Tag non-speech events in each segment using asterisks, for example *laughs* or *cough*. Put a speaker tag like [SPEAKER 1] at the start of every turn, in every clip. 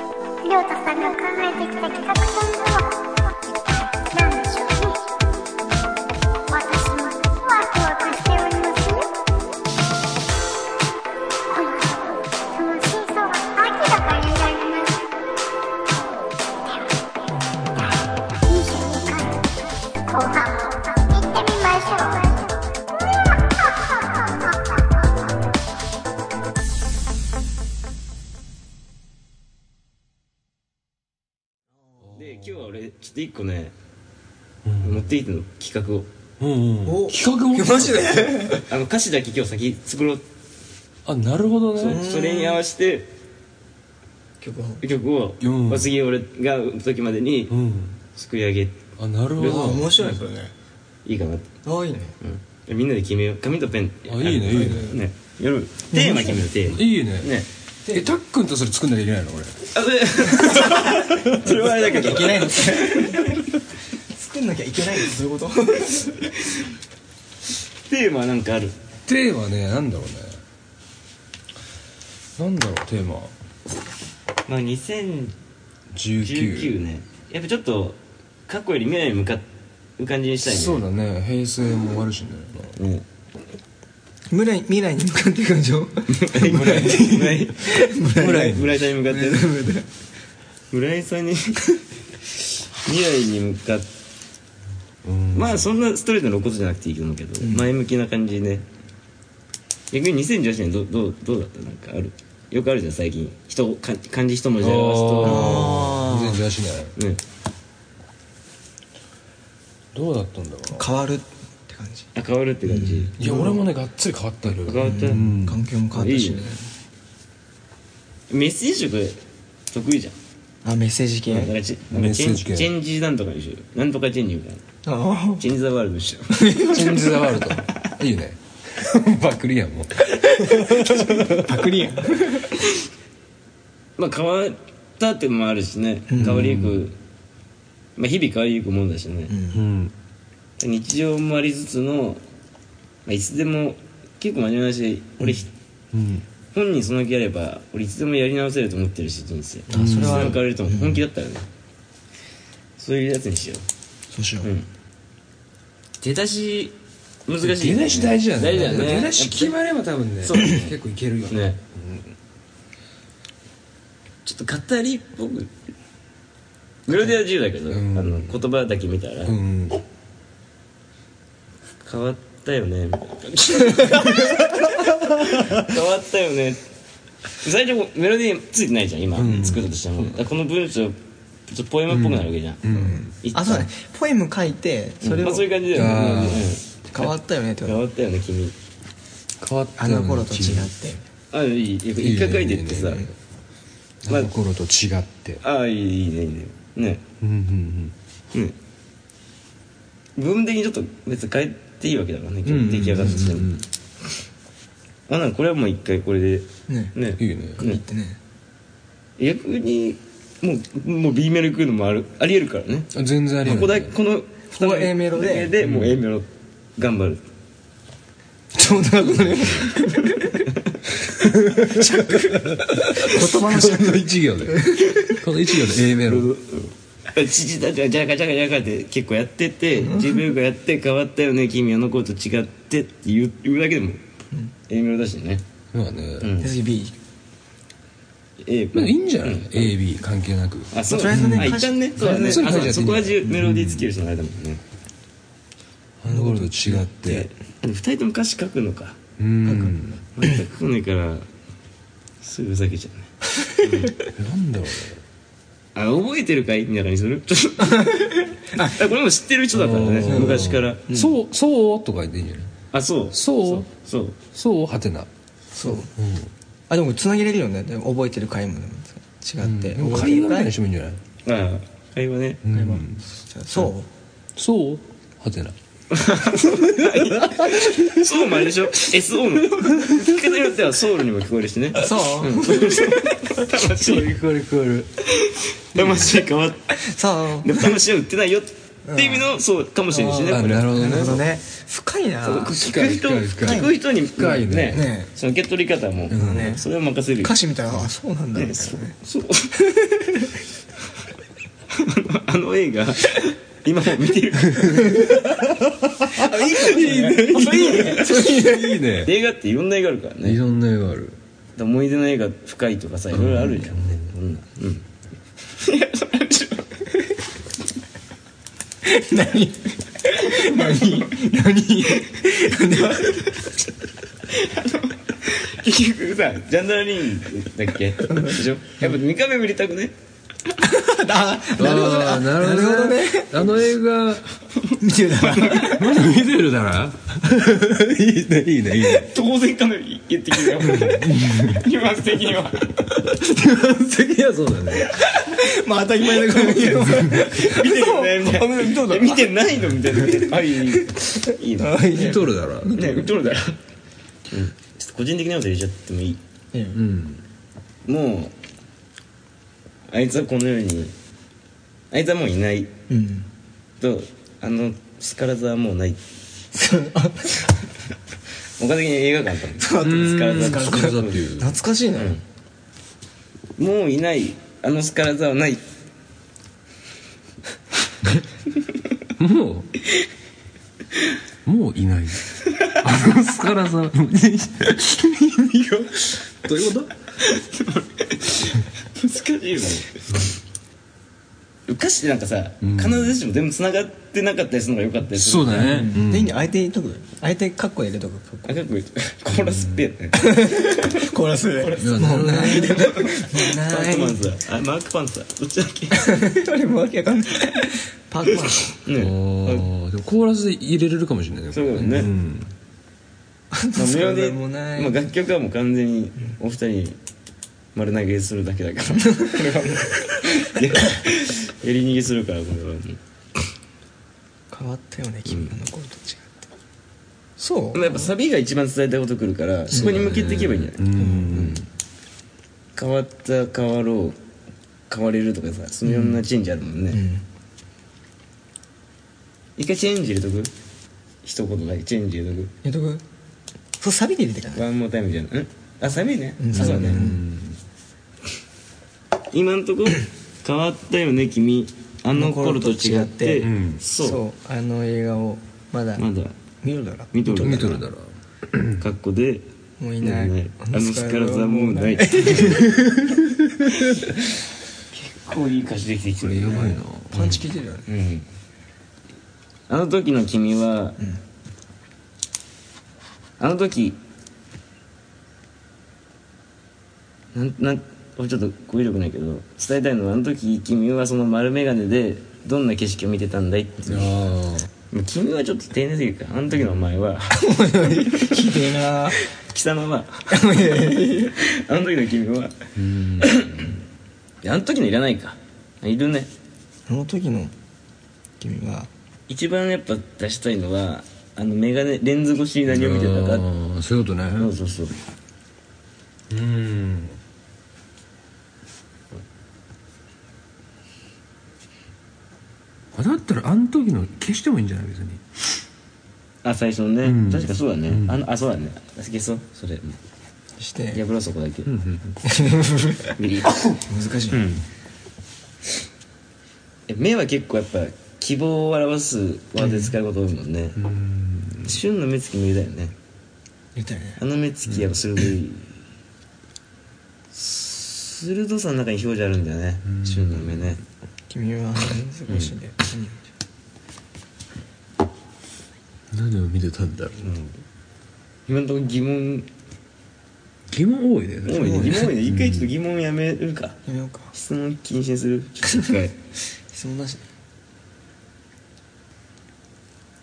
[SPEAKER 1] 太さんが考えてきた企画展をなんでしょうね私もワクワクしておりますよ今夜はその真相が明らかになります22回後半も行ってみましょう
[SPEAKER 2] で今日は俺ちょっと一個ね、持っていっての企画を
[SPEAKER 3] お
[SPEAKER 4] 企画も
[SPEAKER 3] マジで
[SPEAKER 2] あの歌詞だけ今日先作ろう
[SPEAKER 4] あなるほど
[SPEAKER 2] そう
[SPEAKER 4] ね
[SPEAKER 2] それに合わせて
[SPEAKER 3] 曲を
[SPEAKER 2] 曲を
[SPEAKER 4] うん
[SPEAKER 2] まあ次俺がの時までに
[SPEAKER 4] うん
[SPEAKER 2] 作り上げ
[SPEAKER 4] あなるほ
[SPEAKER 3] あ
[SPEAKER 4] ど
[SPEAKER 3] 面白いそれね
[SPEAKER 2] いいかなって、
[SPEAKER 3] あいいね
[SPEAKER 2] うんみんなで決めよう紙とペン
[SPEAKER 4] あいいねいいね
[SPEAKER 2] ねやるテーマ決めようテーマ
[SPEAKER 4] いいね
[SPEAKER 2] ね
[SPEAKER 4] えたっくんとそれ作んなきゃいけないの俺
[SPEAKER 2] あそれ *laughs* それはあれだけど
[SPEAKER 3] いけないの作んなきゃいけないのそういうこと
[SPEAKER 2] *laughs* テーマなんかある
[SPEAKER 4] テーマねなんだろうねなんだろうテーマ
[SPEAKER 2] まあ2019
[SPEAKER 4] 19
[SPEAKER 2] ねやっぱちょっと過去より未来に向かう感じにしたいね
[SPEAKER 4] そうだね平成も終わるしね
[SPEAKER 2] ね
[SPEAKER 3] 未来未来に向かって感情
[SPEAKER 2] *laughs* 村井村井村井村井さんに向かって
[SPEAKER 3] 村井
[SPEAKER 2] *laughs* 村井さんに未来に向かってまあそんなストレートな露骨じゃなくていいと思うけど、前向きな感じで逆に2018年どどうどうだったなんかあるよくあるじゃん最近人か漢字一文字で表す
[SPEAKER 4] あ
[SPEAKER 3] あ
[SPEAKER 4] あ
[SPEAKER 3] ー
[SPEAKER 4] 2018年
[SPEAKER 2] とね
[SPEAKER 4] どうだったんだろうな
[SPEAKER 3] 変わるって感じ
[SPEAKER 2] あ変わるって感じ、
[SPEAKER 4] いや俺もねがっつり変わったよ
[SPEAKER 2] 変わった
[SPEAKER 4] うん
[SPEAKER 3] 環境も変わったし
[SPEAKER 2] いい
[SPEAKER 3] ね
[SPEAKER 2] ねメッセージ色得意じゃん
[SPEAKER 3] あメッセージ系
[SPEAKER 2] なんかちなん
[SPEAKER 4] メ
[SPEAKER 2] か
[SPEAKER 4] ッ
[SPEAKER 2] チ
[SPEAKER 4] セ
[SPEAKER 2] ェ
[SPEAKER 4] ー
[SPEAKER 2] ン
[SPEAKER 4] ジ系
[SPEAKER 2] チェンジなんとかにしようなんとかチェンジみたいな
[SPEAKER 3] ああ
[SPEAKER 2] チェンジ・ザ・ワールドにしよう
[SPEAKER 4] チェンジ・ザ・ワールドいい
[SPEAKER 2] *laughs*
[SPEAKER 4] ねバックリアンも
[SPEAKER 3] パクリやん
[SPEAKER 2] まあ変わったっていうのもあるしね変わりゆく、まあ、日々変わりゆくもんだしね、
[SPEAKER 4] うん
[SPEAKER 2] 日常もありつつの、まあ、いつでも結構真面目だし俺、ひ
[SPEAKER 4] うん
[SPEAKER 2] 本人その気あれば俺いつでもやり直せると思ってるし人生
[SPEAKER 3] あそれは
[SPEAKER 2] 変われると思う本気だったらね、そういうやつにしよ
[SPEAKER 3] そうしよ
[SPEAKER 2] う、
[SPEAKER 3] う、
[SPEAKER 2] うん、出だし難しい、
[SPEAKER 4] 出だし大事だね
[SPEAKER 2] 大事だよね
[SPEAKER 4] 出だし決まれば多分ね
[SPEAKER 2] そうだね
[SPEAKER 4] 結構いけるよ
[SPEAKER 2] ね、ちょっと語りっぽくメロディーは自由だけど、
[SPEAKER 4] うん
[SPEAKER 2] あの言葉だけ見たら、
[SPEAKER 4] うん
[SPEAKER 2] 変わったよねみたいな変わったよね最初メロディーついてないじゃん今、
[SPEAKER 4] うん
[SPEAKER 2] 作ったとしても、だからこの文章ちょっとポエムっぽくなるわけじゃん、
[SPEAKER 4] うん
[SPEAKER 2] 一旦
[SPEAKER 3] あそうだねポエム書いてそれ
[SPEAKER 2] ま
[SPEAKER 3] を
[SPEAKER 2] あ、そういう感じだよね、
[SPEAKER 4] あー
[SPEAKER 2] うん
[SPEAKER 3] 変わったよねって
[SPEAKER 2] 変わったよね君
[SPEAKER 4] 変わった
[SPEAKER 3] あの頃と違って
[SPEAKER 2] あいい一回書いてってさ
[SPEAKER 4] あの頃と違って
[SPEAKER 2] ああいいいいねいいねね
[SPEAKER 4] うんうん
[SPEAKER 2] うん部分的にちょっと別に変えていいわけだからね今日出来上がったとしても、あなんかこれはもう一回これで
[SPEAKER 3] ね
[SPEAKER 2] ね
[SPEAKER 4] いいね
[SPEAKER 3] 言ってね
[SPEAKER 2] 逆にもうもう B メロ行くのもあるありえるからね
[SPEAKER 4] あ全然あり
[SPEAKER 2] ここだ
[SPEAKER 4] え
[SPEAKER 2] けこの
[SPEAKER 3] ここ A メロで
[SPEAKER 2] でもう A メロ頑張る
[SPEAKER 3] ちょうどなくなる
[SPEAKER 4] こ
[SPEAKER 3] 言葉の
[SPEAKER 4] の一行でこの一行で A メロ
[SPEAKER 2] ちちだじゃじゃかじゃかじゃかって結構やってて自分がやって変わったよね君あの子と違ってって言う言うだけでも A メロだしね
[SPEAKER 4] まあね
[SPEAKER 2] うん
[SPEAKER 3] 次 B
[SPEAKER 2] A
[SPEAKER 4] まあいいんじゃない
[SPEAKER 2] うん
[SPEAKER 4] AB 関係なく
[SPEAKER 2] あそう
[SPEAKER 3] とりあえずね
[SPEAKER 2] あ一旦ねそうだねあ
[SPEAKER 4] とりあえずね
[SPEAKER 2] そうだそこは自由メロディーつけるしのあれだもんね
[SPEAKER 4] あの頃と違って
[SPEAKER 2] であでも二人とも歌詞書くのか
[SPEAKER 4] うん
[SPEAKER 2] 全く書かないからすぐふざけちゃうね
[SPEAKER 4] なんだろうね
[SPEAKER 2] あ覚えてるかいみたいな感じ
[SPEAKER 4] *laughs*
[SPEAKER 2] するちょっとあこれも知ってる人だからね昔から
[SPEAKER 4] そうそうとか言っていいんじゃない
[SPEAKER 2] あそう
[SPEAKER 4] そう
[SPEAKER 2] そう
[SPEAKER 4] そうはてな
[SPEAKER 3] そうあでもつなげれるよねでも覚えてる回もでも違って
[SPEAKER 4] でも
[SPEAKER 3] 覚えて
[SPEAKER 4] 会話ぐ
[SPEAKER 3] る
[SPEAKER 4] らい
[SPEAKER 3] 回
[SPEAKER 4] にしてもいいんじゃない
[SPEAKER 2] あ会話ね
[SPEAKER 4] 会話
[SPEAKER 3] そう
[SPEAKER 4] そうはてな
[SPEAKER 2] そうもあれでしょ SO も聞き方によってはソウルにも聞こえるしね
[SPEAKER 3] そう
[SPEAKER 2] 魂
[SPEAKER 4] これこれ
[SPEAKER 2] 魂変わっ
[SPEAKER 3] そう
[SPEAKER 2] でも魂は売ってないよって意味のそうかもしれないしね
[SPEAKER 4] あ
[SPEAKER 2] これ
[SPEAKER 4] なるほど
[SPEAKER 3] なるほど
[SPEAKER 4] ね
[SPEAKER 3] ね深いな
[SPEAKER 2] 聞く人
[SPEAKER 4] 深い深い
[SPEAKER 2] 聞く人に
[SPEAKER 4] 深いね
[SPEAKER 3] ね
[SPEAKER 2] その受け取り方も
[SPEAKER 3] ね
[SPEAKER 2] それを任せるよ
[SPEAKER 3] 歌詞見たらあそうなんだみたいなね
[SPEAKER 2] そうあの映画今も見てる
[SPEAKER 4] いいね
[SPEAKER 2] 映画っていろんな映画あるからね
[SPEAKER 4] *laughs* いろんな絵がある
[SPEAKER 2] 思い出の映画深いとかさいろいろあるじゃんねそんなうん結局さジャンダラリングだっけでしょやっぱ2回目見れたくね
[SPEAKER 3] あなるほどね
[SPEAKER 4] あ
[SPEAKER 3] あ
[SPEAKER 4] ー
[SPEAKER 3] なるほどね
[SPEAKER 4] あの映画
[SPEAKER 3] 見てるだろ
[SPEAKER 4] まだ見てるだ *laughs* ないいねいいねいいね
[SPEAKER 2] 当然かの言ってきるよニュアンス的には
[SPEAKER 4] 次はそうだね
[SPEAKER 3] まあ当たり前だから見てる
[SPEAKER 2] 見てるねみたいなえ見てないのみたいなあい *laughs* いいいいいな
[SPEAKER 4] 見とるだろ
[SPEAKER 2] ね見とるだろ、うん、ちょっと個人的なこと入れちゃってもいい
[SPEAKER 4] うん
[SPEAKER 2] もうあいつはこのようにあいつはもういない
[SPEAKER 3] うん
[SPEAKER 2] とあのスカラ座はもうない
[SPEAKER 3] そうあ
[SPEAKER 2] お金的に映画館だった
[SPEAKER 3] そうだったん
[SPEAKER 2] の
[SPEAKER 3] で
[SPEAKER 2] スカラ
[SPEAKER 4] うん
[SPEAKER 2] 座
[SPEAKER 4] スカラ座っていう
[SPEAKER 3] 懐かしいな
[SPEAKER 2] うんもういないあのスカラ座はない
[SPEAKER 4] もうもういないあのスカラさんどういうこと
[SPEAKER 2] 難しいよね歌詞ってなんかさ、
[SPEAKER 4] うん
[SPEAKER 2] 必ずしも全部つながってなかったりするのが良かったりする
[SPEAKER 4] そうだね、うん
[SPEAKER 3] でいいんだよ相手にとく相手カッコ入れとく
[SPEAKER 2] あかっこいいコーラスっぺえね
[SPEAKER 3] コーラスで
[SPEAKER 4] いやなるほどね
[SPEAKER 2] パークパンサーあマークパンサーどっちだっけ
[SPEAKER 3] あれもわけわかんないパークマン
[SPEAKER 2] ね
[SPEAKER 4] あーでもコーラスで入れれるかもしれないね
[SPEAKER 2] そうだね
[SPEAKER 4] ん
[SPEAKER 2] まあ、無料
[SPEAKER 3] そ
[SPEAKER 2] で
[SPEAKER 3] うでもない
[SPEAKER 2] まあ、楽曲はもう完全にお二人に丸投げするだけだからこれはもうややり逃げするからこれはもう
[SPEAKER 3] 変わったよね君の頃と違ってそ
[SPEAKER 2] まあやっぱサビが一番伝えたいことくるからそこに向けていけばいいんじゃない、
[SPEAKER 4] うん
[SPEAKER 2] 変わった変わろう変われるとかさそのいろんなチェンジあるもんね、
[SPEAKER 3] うん
[SPEAKER 2] 一回チェンジ入れとく一言だけチェンジ入れと
[SPEAKER 3] 入れとくそうサビで入れてか
[SPEAKER 2] く
[SPEAKER 3] ない
[SPEAKER 2] ワンモータイムじゃないんあ寒いね、
[SPEAKER 3] うん
[SPEAKER 2] あそうだね、今んと *laughs* こ変わったよね君あの頃と違って、
[SPEAKER 4] うん
[SPEAKER 2] そう
[SPEAKER 3] あの映画をまだ
[SPEAKER 2] うまだ
[SPEAKER 3] 見るだろ
[SPEAKER 2] 見とる
[SPEAKER 4] 見とるだろ
[SPEAKER 2] かっこで
[SPEAKER 3] もういない
[SPEAKER 2] あのスカラ座はもうない *laughs*
[SPEAKER 3] 結
[SPEAKER 2] 構いい歌詞できてき
[SPEAKER 4] これやばいな
[SPEAKER 3] パンチ効いてるよね
[SPEAKER 2] うんあの時の君は、あの時なんなんこれちょっと語彙力ないけど伝えたいのはあの時君はその丸眼鏡でどんな景色を見てたんだいっていう
[SPEAKER 4] あ
[SPEAKER 2] 君はちょっと丁寧すぎるからあの時のお前は
[SPEAKER 3] ひでえな
[SPEAKER 2] 貴様はあの時の君は
[SPEAKER 4] うん
[SPEAKER 2] いやあの時のいらないかいるね
[SPEAKER 3] あの時の君は
[SPEAKER 2] 一番やっぱ出したいのはあのメガネレンズ越しに何を見てたかって
[SPEAKER 4] あーそういうことね
[SPEAKER 2] そうそうそう
[SPEAKER 4] うんあだったらあの時の消してもいいんじゃない別に
[SPEAKER 2] あ最初のね、
[SPEAKER 4] うん
[SPEAKER 2] 確かそうだね、
[SPEAKER 4] うん
[SPEAKER 2] あのあそうだね消そうそれ
[SPEAKER 3] して
[SPEAKER 2] 破ろうそこだけ、
[SPEAKER 4] ん
[SPEAKER 2] ビリ
[SPEAKER 3] 難しい
[SPEAKER 2] え目は結構やっぱ希望を表すワードで使うこと多いもんね、
[SPEAKER 4] うん
[SPEAKER 2] 旬の目つき無理だよね
[SPEAKER 3] 言ったよね
[SPEAKER 2] あの目つきやっぱ鋭い、鋭さの中に表示あるんだよね、旬の目ね
[SPEAKER 3] 君は少しで何を
[SPEAKER 4] 何を見てたんだろう
[SPEAKER 2] 今のところ疑問
[SPEAKER 4] 疑問多いね
[SPEAKER 2] 多いね疑問多いね一回ちょっと疑問やめるか
[SPEAKER 3] やめようか
[SPEAKER 2] 質問禁止にするちょっ *laughs* と一回
[SPEAKER 3] 質問なし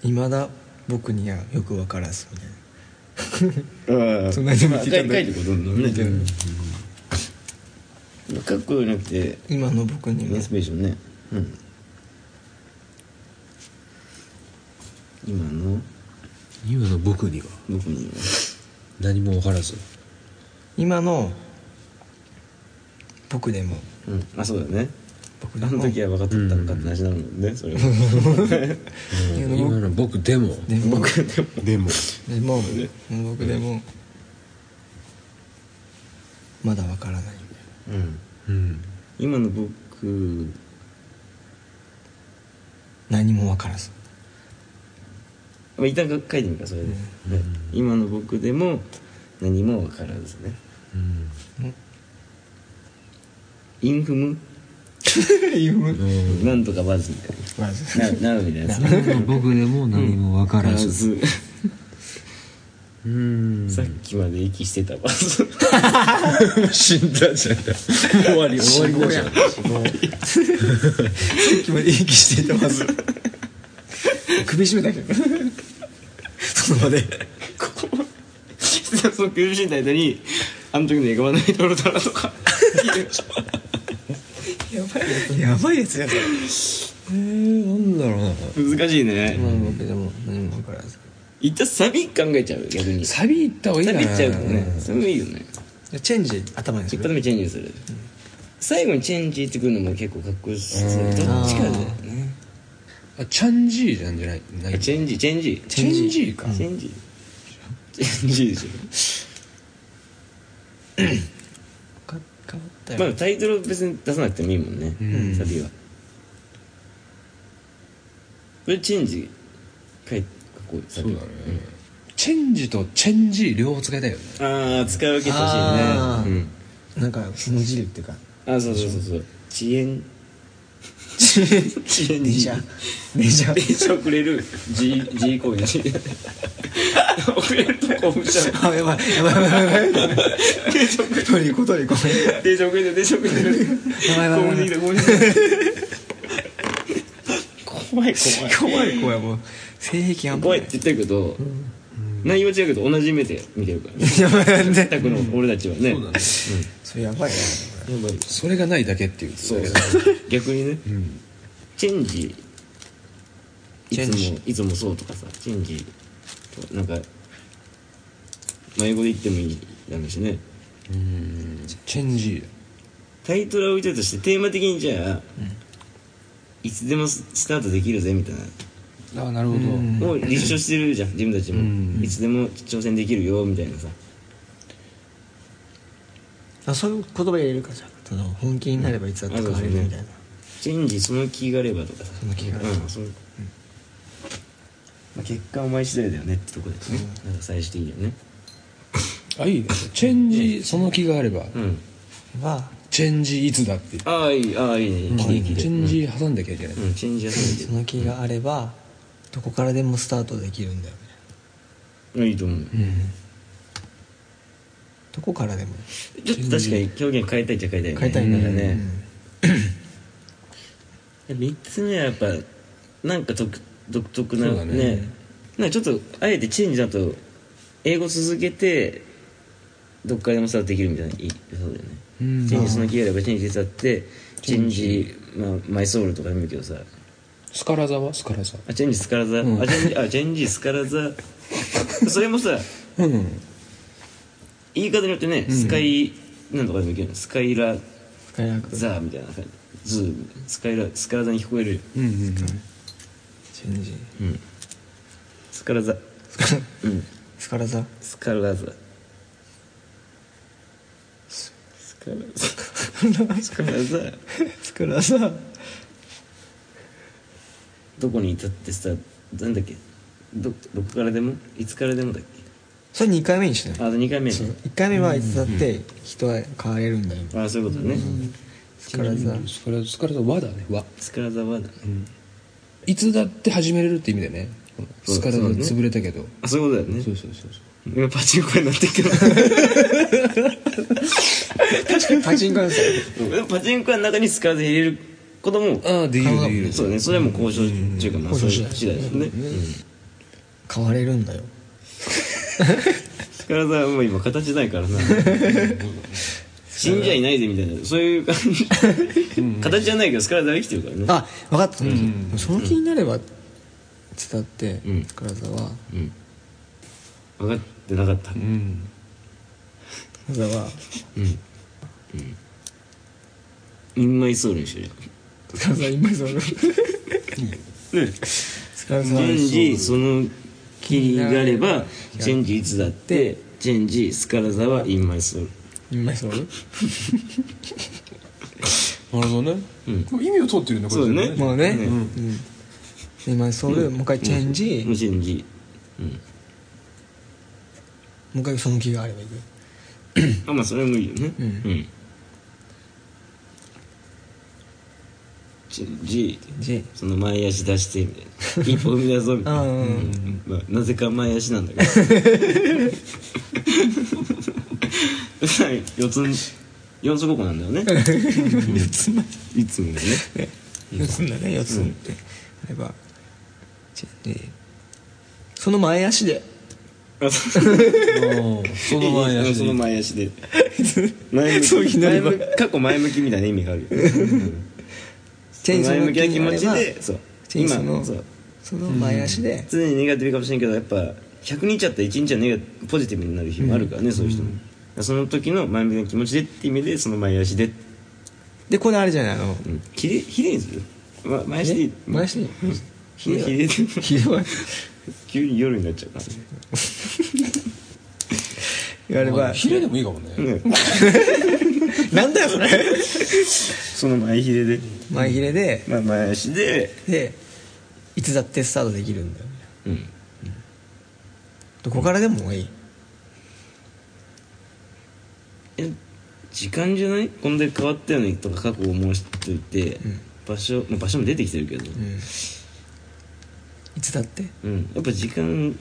[SPEAKER 3] いまだ僕にはよく分からずみたいな
[SPEAKER 2] ああ
[SPEAKER 3] そんなに
[SPEAKER 2] ま
[SPEAKER 3] 見
[SPEAKER 2] あ
[SPEAKER 3] てたんだ
[SPEAKER 2] 赤いってことなんだろうねかっこよくなくて
[SPEAKER 3] 今の僕に
[SPEAKER 2] イン
[SPEAKER 3] は
[SPEAKER 2] スピレーションねうん今の
[SPEAKER 4] 今の僕には
[SPEAKER 2] 僕には
[SPEAKER 4] 何も分からず
[SPEAKER 3] 今の僕でも
[SPEAKER 2] うんあそうだね
[SPEAKER 3] 僕で
[SPEAKER 2] あ
[SPEAKER 3] も
[SPEAKER 2] の時は分かっとったのかって話なのもんねそれは *laughs*
[SPEAKER 4] うん今の僕でも
[SPEAKER 3] でも
[SPEAKER 4] でも
[SPEAKER 3] でも僕でもまだ分からない
[SPEAKER 2] うん
[SPEAKER 4] うん
[SPEAKER 2] 今の僕
[SPEAKER 3] 何も分からず
[SPEAKER 2] まあ、一旦書いてみるかそれで、はい今の僕でも何も分からずね
[SPEAKER 4] うん
[SPEAKER 2] インフム
[SPEAKER 3] 言う
[SPEAKER 2] なんとかバズみたい
[SPEAKER 3] まず
[SPEAKER 2] なななるみたいなやつ *laughs*
[SPEAKER 4] 僕でも何もわからず、
[SPEAKER 2] ず
[SPEAKER 4] うん
[SPEAKER 2] さっきまで息してたバズ
[SPEAKER 4] 死んだじゃん終わり終わりだじゃん
[SPEAKER 3] さっきまで息してたまず首絞めたけどその場で
[SPEAKER 2] ここ *laughs* その苦しんだ間にあの時の映画はないだろうだなとか *laughs*
[SPEAKER 3] やばいやばいやつやつ
[SPEAKER 4] えー、なんだろうな
[SPEAKER 2] 難しいね、
[SPEAKER 3] 今の僕でも何も分からず
[SPEAKER 2] 一旦サビ考えちゃう逆にサ
[SPEAKER 4] サビ行った方がいい
[SPEAKER 2] ビい
[SPEAKER 4] かな
[SPEAKER 2] っちゃうからねそれもいいよね
[SPEAKER 3] チェンジ頭にす
[SPEAKER 2] 一発
[SPEAKER 3] る
[SPEAKER 2] 目チェンジする、最後にチェンジってくるのも結構かっこいいしどっちかだよね
[SPEAKER 4] あチャンジーなんじゃないない
[SPEAKER 2] チェンジチェンジ
[SPEAKER 4] チェンジーか、
[SPEAKER 2] チェンジチェンジでしょ
[SPEAKER 3] か変わった
[SPEAKER 2] ま
[SPEAKER 3] よ
[SPEAKER 2] あタイトル別に出さなくてもいいもんね、
[SPEAKER 4] うん
[SPEAKER 2] サビはこれチェンジかいかっこいいサ
[SPEAKER 4] そ
[SPEAKER 2] ビ
[SPEAKER 4] うだね、チェンジとチェンジー両方使いたいよね
[SPEAKER 2] ああ使い分けてほしい
[SPEAKER 3] あー
[SPEAKER 2] ね
[SPEAKER 3] なんか無じるっていうか
[SPEAKER 2] うんあそうそうそうそう遅延遅延
[SPEAKER 3] 電
[SPEAKER 2] *laughs*
[SPEAKER 3] 車電車
[SPEAKER 2] 電車遅れる G, G 行為だし遅れるとこむちゃ
[SPEAKER 3] あやばいやばいやばいやばいや *laughs* ばい取り行こう取り行こう
[SPEAKER 2] 電車遅れてる電車遅れてる
[SPEAKER 3] やばいやばい
[SPEAKER 2] こう見てきたこう見てきた怖い怖い
[SPEAKER 3] 怖い怖いもう性癖あんま
[SPEAKER 2] 怖
[SPEAKER 3] ない *laughs*
[SPEAKER 2] って言ってるけど、内容は違うけど同じ目で見てるからね *laughs*
[SPEAKER 3] やばいなんで
[SPEAKER 2] 全くの俺たちはね、
[SPEAKER 4] そうだね
[SPEAKER 3] それやばい
[SPEAKER 2] やばい
[SPEAKER 4] それがないだけっていう
[SPEAKER 2] そう
[SPEAKER 4] だけ
[SPEAKER 2] *laughs* 逆にね
[SPEAKER 4] どうん
[SPEAKER 2] チェンジい
[SPEAKER 3] チェ
[SPEAKER 2] つ
[SPEAKER 3] ン
[SPEAKER 2] も
[SPEAKER 3] ジ
[SPEAKER 2] いつもそうとかさチェンジとなんかまあ英語で言ってもいいだろうしね
[SPEAKER 4] うんチェンジ
[SPEAKER 2] タイトルは置いてるとしてテーマ的にじゃあ、いつでもスタートできるぜみたいな
[SPEAKER 4] ーああなるほど
[SPEAKER 3] ん
[SPEAKER 2] もう立証してるじゃん自分たちも、
[SPEAKER 4] うん
[SPEAKER 2] いつでも挑戦できるよみたいなさ
[SPEAKER 3] なあそういう言葉入れるかじゃあその本気になればいつだって変われるみたいな
[SPEAKER 2] チェンジその気があればとかさ
[SPEAKER 3] その気があれば
[SPEAKER 2] うんそのまあ、結果お前次第だよねってとこですね、なんか最終的にはね
[SPEAKER 4] あいいねチェンジその気があれば、
[SPEAKER 2] うん
[SPEAKER 3] は
[SPEAKER 4] チェンジいつだっていう
[SPEAKER 2] ああいいああいいねいいねいいねいいね
[SPEAKER 4] チェンジ挟んできゃいけない、
[SPEAKER 2] うんチェンジやすい
[SPEAKER 3] その気があればどこからでもスタートできるんだよね
[SPEAKER 2] うんいいと思う
[SPEAKER 3] どこからでも
[SPEAKER 2] ちょっと確かに表現変えたいっちゃ変えたいよね
[SPEAKER 3] 変えたいんだよ
[SPEAKER 2] なんか
[SPEAKER 3] ね
[SPEAKER 2] ね、3つ目はやっぱなんか独独特な
[SPEAKER 4] そうだ
[SPEAKER 2] ね
[SPEAKER 4] ね
[SPEAKER 2] なんかちょっとあえてチェンジだと英語続けてどっからでもスタートできるみたいないいそうだよね、
[SPEAKER 4] うん
[SPEAKER 2] チェンジその気があればチェンジ手伝ってチェンジ、まあ、マイソウルとかでもいいけどさ
[SPEAKER 4] スカラザはスカラザ
[SPEAKER 2] あチェンジスカラザ、
[SPEAKER 4] うん
[SPEAKER 2] あチェンジあチェンジスカラ *laughs* ザそれもさ
[SPEAKER 4] うん
[SPEAKER 2] 言い方によってね、スカイなんとかでもいいけどスカイラ
[SPEAKER 3] スカイラーク
[SPEAKER 2] ザーみたいな感じズーみたいなスカイラスカラザに聞こえるよ
[SPEAKER 4] うんうん
[SPEAKER 3] チェンジ
[SPEAKER 2] うんスカラザうん
[SPEAKER 3] スカラザ
[SPEAKER 2] スカラザスカラザスカラザ
[SPEAKER 3] スカラザ
[SPEAKER 2] どこにいたってさなんだっけどどこからでもいつからでもだっけ
[SPEAKER 3] それ2回目にしない
[SPEAKER 2] あと2回目ね
[SPEAKER 3] そう1回目はいつだって人は変われるんだよ
[SPEAKER 2] あそういうことね
[SPEAKER 3] スカラザ
[SPEAKER 4] スカラザスカラザはだねは
[SPEAKER 2] スカラザはだね
[SPEAKER 4] いつだって始めれるって意味でね
[SPEAKER 2] そう
[SPEAKER 4] スカラザ
[SPEAKER 2] そうだね
[SPEAKER 4] 潰れたけど
[SPEAKER 2] あそういうことだよ
[SPEAKER 4] そ
[SPEAKER 2] ね
[SPEAKER 4] うそうそうそう
[SPEAKER 2] 今パチンコ屋になって *laughs* るけど
[SPEAKER 3] パチンコ屋さん
[SPEAKER 2] うんパチンコ屋の中にスカラザ入れることも
[SPEAKER 4] ああできるできる
[SPEAKER 2] そうだねそれはもう交渉中かまあそう
[SPEAKER 3] 交
[SPEAKER 2] いう
[SPEAKER 3] 渉次
[SPEAKER 2] 次
[SPEAKER 3] 第
[SPEAKER 2] 第ですねうん
[SPEAKER 3] 変われるんだよ
[SPEAKER 2] スカラザはもう今形ない *laughs* からな死んじゃいないぜみたいなそういう感じ形じゃないけどスカラザは生きてるからね
[SPEAKER 3] あ分かったその気,、
[SPEAKER 4] うん
[SPEAKER 3] その気になればいつだって
[SPEAKER 2] うん
[SPEAKER 3] スカラザは
[SPEAKER 2] うん分かってなかった
[SPEAKER 4] うん
[SPEAKER 3] スカラザは
[SPEAKER 2] インマイソウルにしてる
[SPEAKER 3] スカラザは今その
[SPEAKER 2] ね
[SPEAKER 3] スカラ
[SPEAKER 2] チ
[SPEAKER 3] ザは
[SPEAKER 2] ェンジその気があれば
[SPEAKER 3] 気になれば
[SPEAKER 2] チェンジいつだってチェンジスカラザはインマイソウル
[SPEAKER 3] 今その
[SPEAKER 4] なるほどね、
[SPEAKER 2] うん
[SPEAKER 4] 意味を通ってるんだ
[SPEAKER 2] そうだね
[SPEAKER 3] もうね、
[SPEAKER 2] ね
[SPEAKER 3] うん今ソウルもう一回チェンジ、
[SPEAKER 2] もうチェンジうん
[SPEAKER 3] もう一回その気があればいく
[SPEAKER 2] あまあそれもいいよね
[SPEAKER 3] うん
[SPEAKER 2] チェンジ
[SPEAKER 3] G
[SPEAKER 2] その前足出してみたいな一歩踏み出そうみたいな、
[SPEAKER 3] うんうんうん
[SPEAKER 2] うんまあ、なぜか前足なんだけどはい四つん四つ五個なんだよね
[SPEAKER 3] 四つんだ
[SPEAKER 2] いつもね
[SPEAKER 3] ね四つんだね四つんってあればチェンジその前足で
[SPEAKER 2] あそう
[SPEAKER 4] その前足
[SPEAKER 2] その前足で前向き
[SPEAKER 3] *laughs* そういきなりば
[SPEAKER 2] 前向き過去前向きみたいな意味があるよ、うん
[SPEAKER 3] チェンジ
[SPEAKER 2] 前
[SPEAKER 3] その
[SPEAKER 2] 向きな
[SPEAKER 3] 気
[SPEAKER 2] 気
[SPEAKER 3] があ
[SPEAKER 2] 持
[SPEAKER 3] れ
[SPEAKER 2] ち
[SPEAKER 3] ば
[SPEAKER 2] でそう
[SPEAKER 3] チェンジ
[SPEAKER 2] 今
[SPEAKER 3] その
[SPEAKER 2] そう
[SPEAKER 3] その前足で
[SPEAKER 2] 常にネガティブかもしれんけどやっぱ100日あったら1日はネガポジティブになる日もあるからね、そういう人も、その時の前向きな気持ちでって意味でその前足で、
[SPEAKER 3] でこれあれじゃないあの
[SPEAKER 2] うん、ひれひれにする、ま、前足でい
[SPEAKER 3] え
[SPEAKER 2] い
[SPEAKER 3] 前足に
[SPEAKER 2] ひれひれで
[SPEAKER 3] ひどい
[SPEAKER 2] 急に夜になっちゃうからね
[SPEAKER 3] やれば
[SPEAKER 4] ヒレでもいいかもね
[SPEAKER 2] ね
[SPEAKER 3] なんだよそれ
[SPEAKER 2] その前ひれで、
[SPEAKER 3] 前ひれで
[SPEAKER 2] まあ、前足で
[SPEAKER 3] でいつだってスタートできるんだよ
[SPEAKER 2] うん
[SPEAKER 3] どこからでもいい
[SPEAKER 2] え時間じゃないこんだけ変わったよねとか過去を申しといて、
[SPEAKER 3] ん
[SPEAKER 2] 場所、まあ、場所も出てきてるけど、
[SPEAKER 3] うんいつだって
[SPEAKER 2] うん、やっぱ時間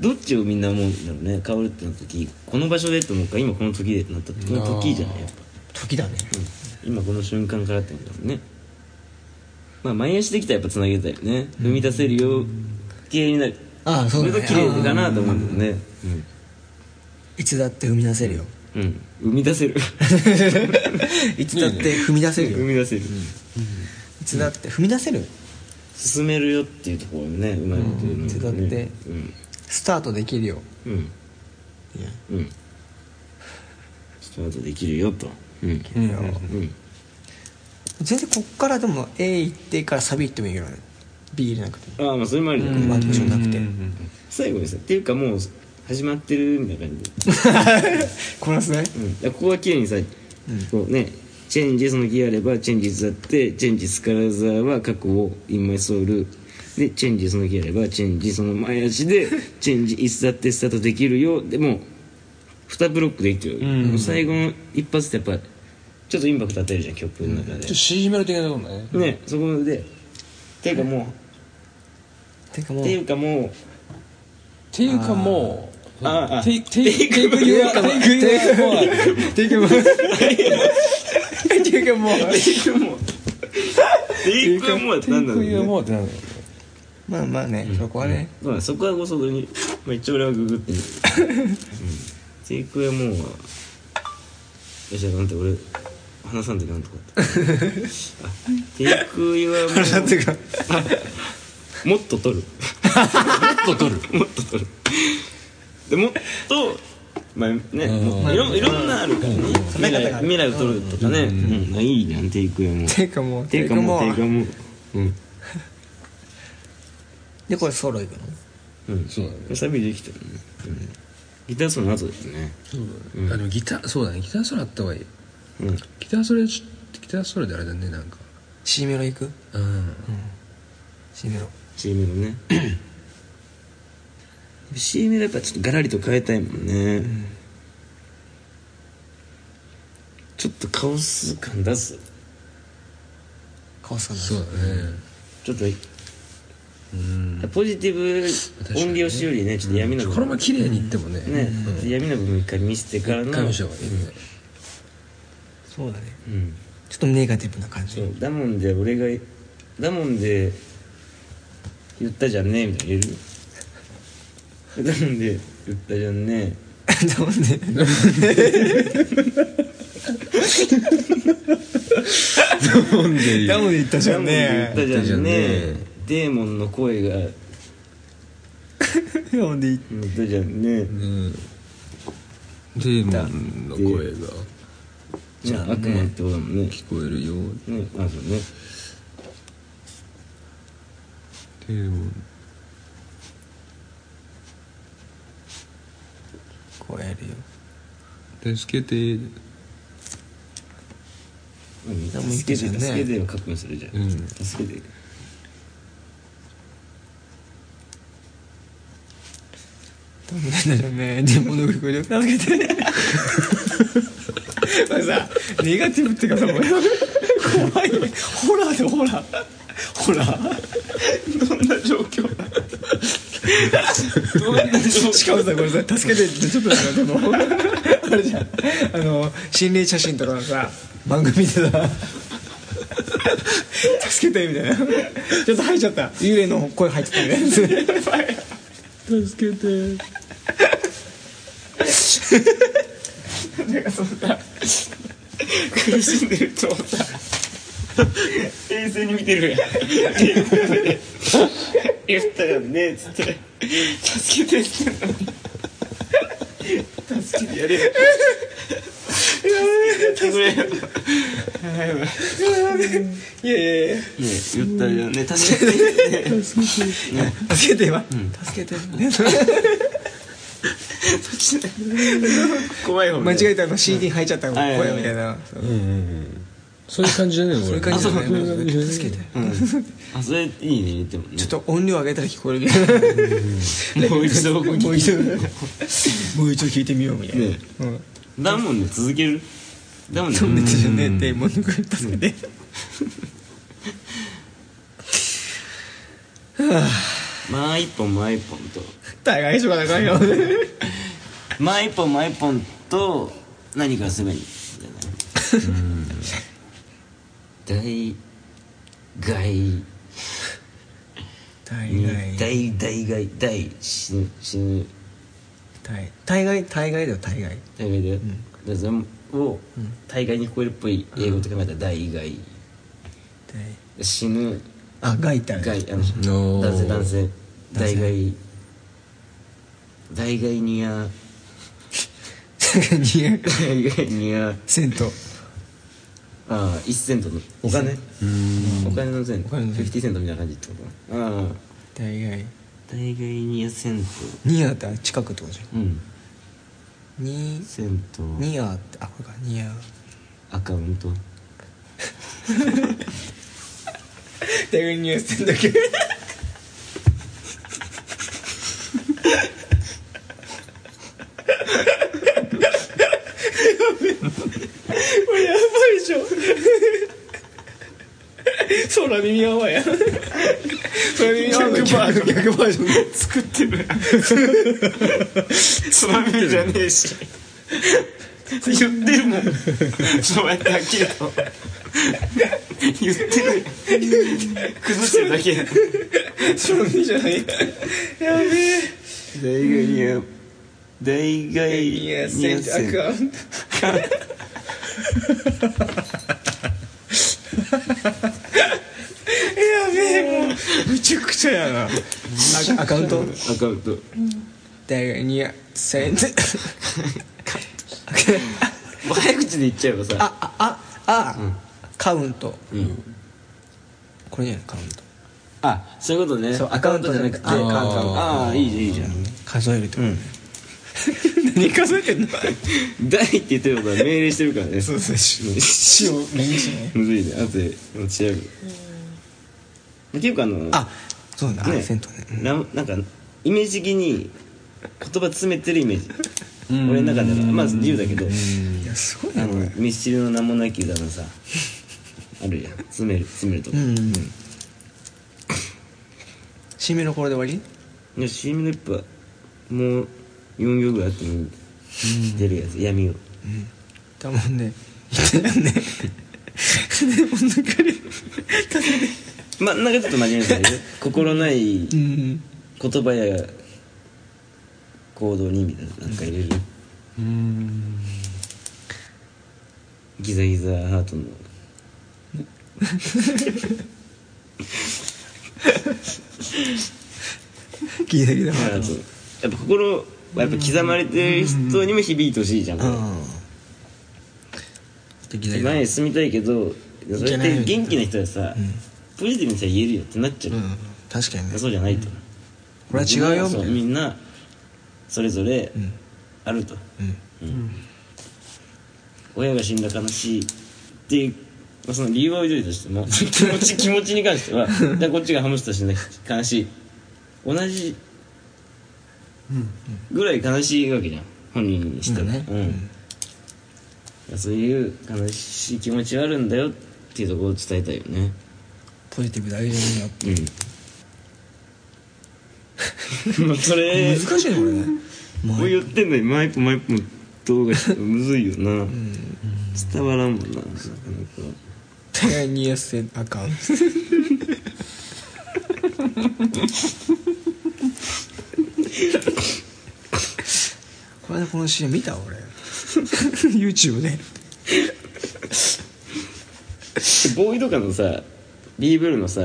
[SPEAKER 2] どっちをみんな思うんだろうね変わるってなった時この場所でって思うか今この時でってなった時この時じゃないやっぱ、
[SPEAKER 3] 時だね
[SPEAKER 2] うん、今この瞬間からってことだもんねまあ前足できたらやっぱつなげたいよね踏み出せるよう系になる
[SPEAKER 3] ああそ
[SPEAKER 2] そうれ
[SPEAKER 3] だ
[SPEAKER 2] が
[SPEAKER 3] ね
[SPEAKER 2] 綺麗だなと思うんだよね
[SPEAKER 3] いつだって踏み出せるよ
[SPEAKER 2] うん、うん、生み出せる
[SPEAKER 3] いつだって踏み出せる
[SPEAKER 2] 生
[SPEAKER 3] よ
[SPEAKER 2] み出せる、
[SPEAKER 3] いつだって踏み出せる
[SPEAKER 2] 進めるよっていうところねうまいこと言うのが
[SPEAKER 3] うん手だっ
[SPEAKER 2] ね
[SPEAKER 3] て
[SPEAKER 2] うん
[SPEAKER 3] スタートできるよ
[SPEAKER 2] うん
[SPEAKER 3] いや
[SPEAKER 2] うんスタートできるよとうん
[SPEAKER 4] うん
[SPEAKER 2] うん
[SPEAKER 3] 全然こっからでも A 行ってからサビ行ってもいいよね B 入れなくても
[SPEAKER 2] ああまあそれもありだけど
[SPEAKER 3] このマンションなくて
[SPEAKER 2] 最後にさっていうかもう始まってるみたいな感じで、
[SPEAKER 3] これですね
[SPEAKER 2] うん、だからここは綺麗にさ、こうねチェンジそのギアあればチェンジズだってチェンジスカラザーは過去をインマイソウルでチェンジそのギアあればチェンジその前足 *laughs* でチェンジいつだってスタートできるよでも2ブロックでいいってよ、
[SPEAKER 4] ん
[SPEAKER 2] もう最後の一発ってやっぱちょっとインパクト与えるじゃん曲の中で
[SPEAKER 4] ちょっと、縮める的なことね
[SPEAKER 2] ねそこでっていうかも
[SPEAKER 3] てか
[SPEAKER 2] う、
[SPEAKER 3] もう
[SPEAKER 2] っていうかもう
[SPEAKER 4] っていうかもう
[SPEAKER 2] あーあー
[SPEAKER 4] テイクテイクテイクユアテイクユア
[SPEAKER 3] ていうかもうていうかもう
[SPEAKER 2] っていうかもうっていうかもうって
[SPEAKER 4] テ
[SPEAKER 2] なん
[SPEAKER 4] イ
[SPEAKER 2] だろう
[SPEAKER 4] ク
[SPEAKER 2] ね
[SPEAKER 4] ユアもうってなんだろ
[SPEAKER 3] *laughs* まあまあねそこはね
[SPEAKER 2] まあそこはごそごに、まあ、一応俺はググってみる、うん、テイクはもうよしじゃあなんて俺話さんでなんとか *laughs* ってあテイクはも
[SPEAKER 3] なん *laughs* ていうか
[SPEAKER 2] うもっと取る
[SPEAKER 4] うと取
[SPEAKER 2] *laughs*
[SPEAKER 4] る
[SPEAKER 2] もっと取るでもっとまあねもういろいろんなあるからね未来未来を取るとかね、うんあいいじゃんテイクはもう
[SPEAKER 3] ていうかもう
[SPEAKER 2] テイクはもうテイクはもううん、
[SPEAKER 3] でこれソロ行くの
[SPEAKER 2] うん、
[SPEAKER 4] そうだね
[SPEAKER 2] サビできてるね、うん、ギターソロの後ですね
[SPEAKER 4] そうだねあでもギターそうだねギターソロあった方がいい
[SPEAKER 2] うん
[SPEAKER 4] ギターソロちギターソロであれだねなんか
[SPEAKER 3] C メロ行く
[SPEAKER 4] うん
[SPEAKER 3] C メロ
[SPEAKER 2] C メロ *clears throat* ね C メロやっぱちょっとガラリと変えたいもんね、ちょっとカオス感出す
[SPEAKER 3] カオスかな
[SPEAKER 4] そうだね
[SPEAKER 2] ちょっと
[SPEAKER 4] うん
[SPEAKER 2] ポジテ
[SPEAKER 4] 確
[SPEAKER 2] ィ
[SPEAKER 4] か
[SPEAKER 2] ブ
[SPEAKER 4] にね
[SPEAKER 2] 音量しよりねちょっと闇の部
[SPEAKER 4] これ
[SPEAKER 2] 分、
[SPEAKER 4] も綺麗にいってもね
[SPEAKER 2] ね、闇の部分一回見せてからの
[SPEAKER 4] 神様がいいね
[SPEAKER 3] そうだね
[SPEAKER 2] うん
[SPEAKER 3] ちょっとネガティブな感じ *laughs*
[SPEAKER 2] そうダモンで俺がダモンで言ったじゃんねみたいな言えるダモンで言ったじゃんね
[SPEAKER 3] だもんね
[SPEAKER 4] 飲んでいい
[SPEAKER 3] ダモンで言ったじゃん
[SPEAKER 2] ダモンで
[SPEAKER 3] ね
[SPEAKER 2] 言ったじゃんね
[SPEAKER 4] 言ったじゃんね
[SPEAKER 2] デーモンの声が
[SPEAKER 3] ダモンで言っ
[SPEAKER 2] 言ったじゃんね
[SPEAKER 4] うんデーモンの声が
[SPEAKER 2] じゃあ、悪魔ってことだもんね
[SPEAKER 4] 聞こえるよ
[SPEAKER 2] ねあそうね
[SPEAKER 4] デーモン
[SPEAKER 3] こうやるよ
[SPEAKER 4] 助けて
[SPEAKER 2] 何
[SPEAKER 3] ダモン言っ
[SPEAKER 2] 助け
[SPEAKER 3] たじゃ
[SPEAKER 2] て
[SPEAKER 3] んね
[SPEAKER 2] 助けてを確認するじゃん、
[SPEAKER 4] うん
[SPEAKER 2] 助けて
[SPEAKER 3] なんだろうね自分の力を助けてこれさネガティブっていうかさもう怖いねホラーでホラーホラーどんな状況どんな状況しかもさこれさ「助けて」ってちょっとなんかでもあれじゃんあの心霊写真とかのさ番組でさ「助けて」みたいなちょっと入っちゃった幽霊の声入っちゃったみたいな
[SPEAKER 4] 助けて
[SPEAKER 3] なんかそのさ苦しんでるとさ
[SPEAKER 2] 冷静に見てるやん *laughs* 言ったよねっつって助けてって言ったのに助けてやれよ助けてやってくれよ
[SPEAKER 3] いやいやいや
[SPEAKER 2] ね言ったよね助けてって
[SPEAKER 3] 助けて今、助けて、ね、
[SPEAKER 2] 怖いもん
[SPEAKER 3] 間
[SPEAKER 2] ね
[SPEAKER 3] 違えたあの CD 入っちゃったの
[SPEAKER 2] はいはい
[SPEAKER 3] 声
[SPEAKER 2] はい
[SPEAKER 3] みたいな
[SPEAKER 4] うんうんうんそういう感じだね俺そういう
[SPEAKER 3] 感じだね
[SPEAKER 4] 助けて
[SPEAKER 2] あそれいいね似てもね
[SPEAKER 3] ちょっと音量上げたら聞こえるみたいな
[SPEAKER 2] もう一度僕
[SPEAKER 3] もう一度もう一度聞いてみようみたいな、
[SPEAKER 2] ね
[SPEAKER 3] うん、
[SPEAKER 2] だもんね続けるだもんね
[SPEAKER 3] そんな手じゃねえってもう一回助けて、
[SPEAKER 2] まあ一本まあ一本と
[SPEAKER 3] 大概しょうがなかんよ
[SPEAKER 2] まあ一本まあ一本と何かすればいいんじゃない大概
[SPEAKER 3] 大
[SPEAKER 2] 大
[SPEAKER 3] 概
[SPEAKER 2] 大概大死ぬ死ぬ
[SPEAKER 3] 大大概大概だよ大概
[SPEAKER 2] 大概だよ、でそれを大概に聞こえるっぽい英語と考えたら大概
[SPEAKER 3] 大
[SPEAKER 2] 死ぬ
[SPEAKER 3] あ害ってあ *laughs* る
[SPEAKER 2] 外あの
[SPEAKER 4] おー
[SPEAKER 2] 男性男性大概大概にや
[SPEAKER 3] に
[SPEAKER 2] 大概にや
[SPEAKER 3] 銭湯
[SPEAKER 2] ああ1セントのお金お金の銭
[SPEAKER 3] お金の銭
[SPEAKER 2] 50セントみたいな感じってことああ
[SPEAKER 3] 大概
[SPEAKER 2] 大概にや銭湯
[SPEAKER 3] ニアって近くってことじゃ
[SPEAKER 2] うん
[SPEAKER 3] んに
[SPEAKER 2] 銭湯
[SPEAKER 3] ニアってあこれかニア
[SPEAKER 2] アカウント
[SPEAKER 3] 大概ニアしてんだけどこれやばいでしょ空耳アワー *laughs* や空耳アワーの逆バージョン逆バージョン
[SPEAKER 2] 作ってるつまみじゃねえし言って *laughs* るもんそうやってはっきりと言ってる崩してるだけや
[SPEAKER 3] 空耳じゃないやべえ
[SPEAKER 2] 大概にや大概
[SPEAKER 3] いや洗濯アンやべえもうめちゃくちゃやなアカウント
[SPEAKER 2] アカウント
[SPEAKER 3] 大概に洗濯
[SPEAKER 2] *laughs* 早口で言っちゃえばさ
[SPEAKER 3] ああああ、カウント
[SPEAKER 2] うん
[SPEAKER 3] これじゃないカウント
[SPEAKER 2] あそういうことね
[SPEAKER 3] そう
[SPEAKER 2] アカウントじゃなくて
[SPEAKER 3] アカウント
[SPEAKER 2] ああいいじゃんいいじゃん
[SPEAKER 3] 数えるってこと、何数えてんの
[SPEAKER 2] 大って言ってることは命令してるからね
[SPEAKER 3] うそうしを練習ね
[SPEAKER 2] むずいねあとで調べるっていうかあの
[SPEAKER 3] あそうだ、ね、
[SPEAKER 2] ね
[SPEAKER 3] 銭湯ね
[SPEAKER 2] ななんかイメージ的に言葉詰めてるイメージ
[SPEAKER 4] ん
[SPEAKER 2] 俺の中ではまあ自由だけど
[SPEAKER 3] いやすごい
[SPEAKER 2] あ
[SPEAKER 3] なこ
[SPEAKER 2] の
[SPEAKER 3] れ
[SPEAKER 2] ミスチルの名もなき歌のさあるやん詰める詰めるとか、
[SPEAKER 3] うん締めの頃で終わ
[SPEAKER 2] いや CM の一歩はもう4行ぐらいあってもいい出るやつ闇を
[SPEAKER 3] りうんだも *laughs* んね言ったよねでも抜かれ
[SPEAKER 2] まあなんかちょっと真面目だけど *laughs* 心ない
[SPEAKER 3] うん
[SPEAKER 2] 言葉や行動にみたいななんか入れる
[SPEAKER 4] うん
[SPEAKER 2] ギザギザハートの
[SPEAKER 3] 聞いたけど
[SPEAKER 2] ハートやっぱ心はやっぱ刻まれてる人にも響いてほしいじゃんこれ
[SPEAKER 3] でき
[SPEAKER 2] 前へ進みたいけどそれって元気な人はさ、ポジティブにさ言えるよってなっちゃう、
[SPEAKER 3] 確かにね
[SPEAKER 2] そうじゃないと、
[SPEAKER 3] これは違うよみ
[SPEAKER 2] そ
[SPEAKER 3] たいな
[SPEAKER 2] みんなそれぞれあると、親が死んだ悲しいっていう、まあ、その理由は置いといたとしても *laughs* 気持ち気持ちに関してはだからこっちがハムスター死んだ悲しい同じぐらい悲しいわけじゃん本人にしたら、
[SPEAKER 3] まあね
[SPEAKER 2] うん、そういう悲しい気持ちがあるんだよっていうところを伝えたいよね
[SPEAKER 3] ポジティブ大事だよ
[SPEAKER 2] うんまあそれ
[SPEAKER 3] 難しいねこれね
[SPEAKER 2] こう言ってんのにマイプマイプも動画してむずいよな、伝わらんもんななかなか
[SPEAKER 3] 手にやせあかんこれでこのシーン見た *laughs* 俺 YouTube で
[SPEAKER 2] ボーイとかのさリーブルのさ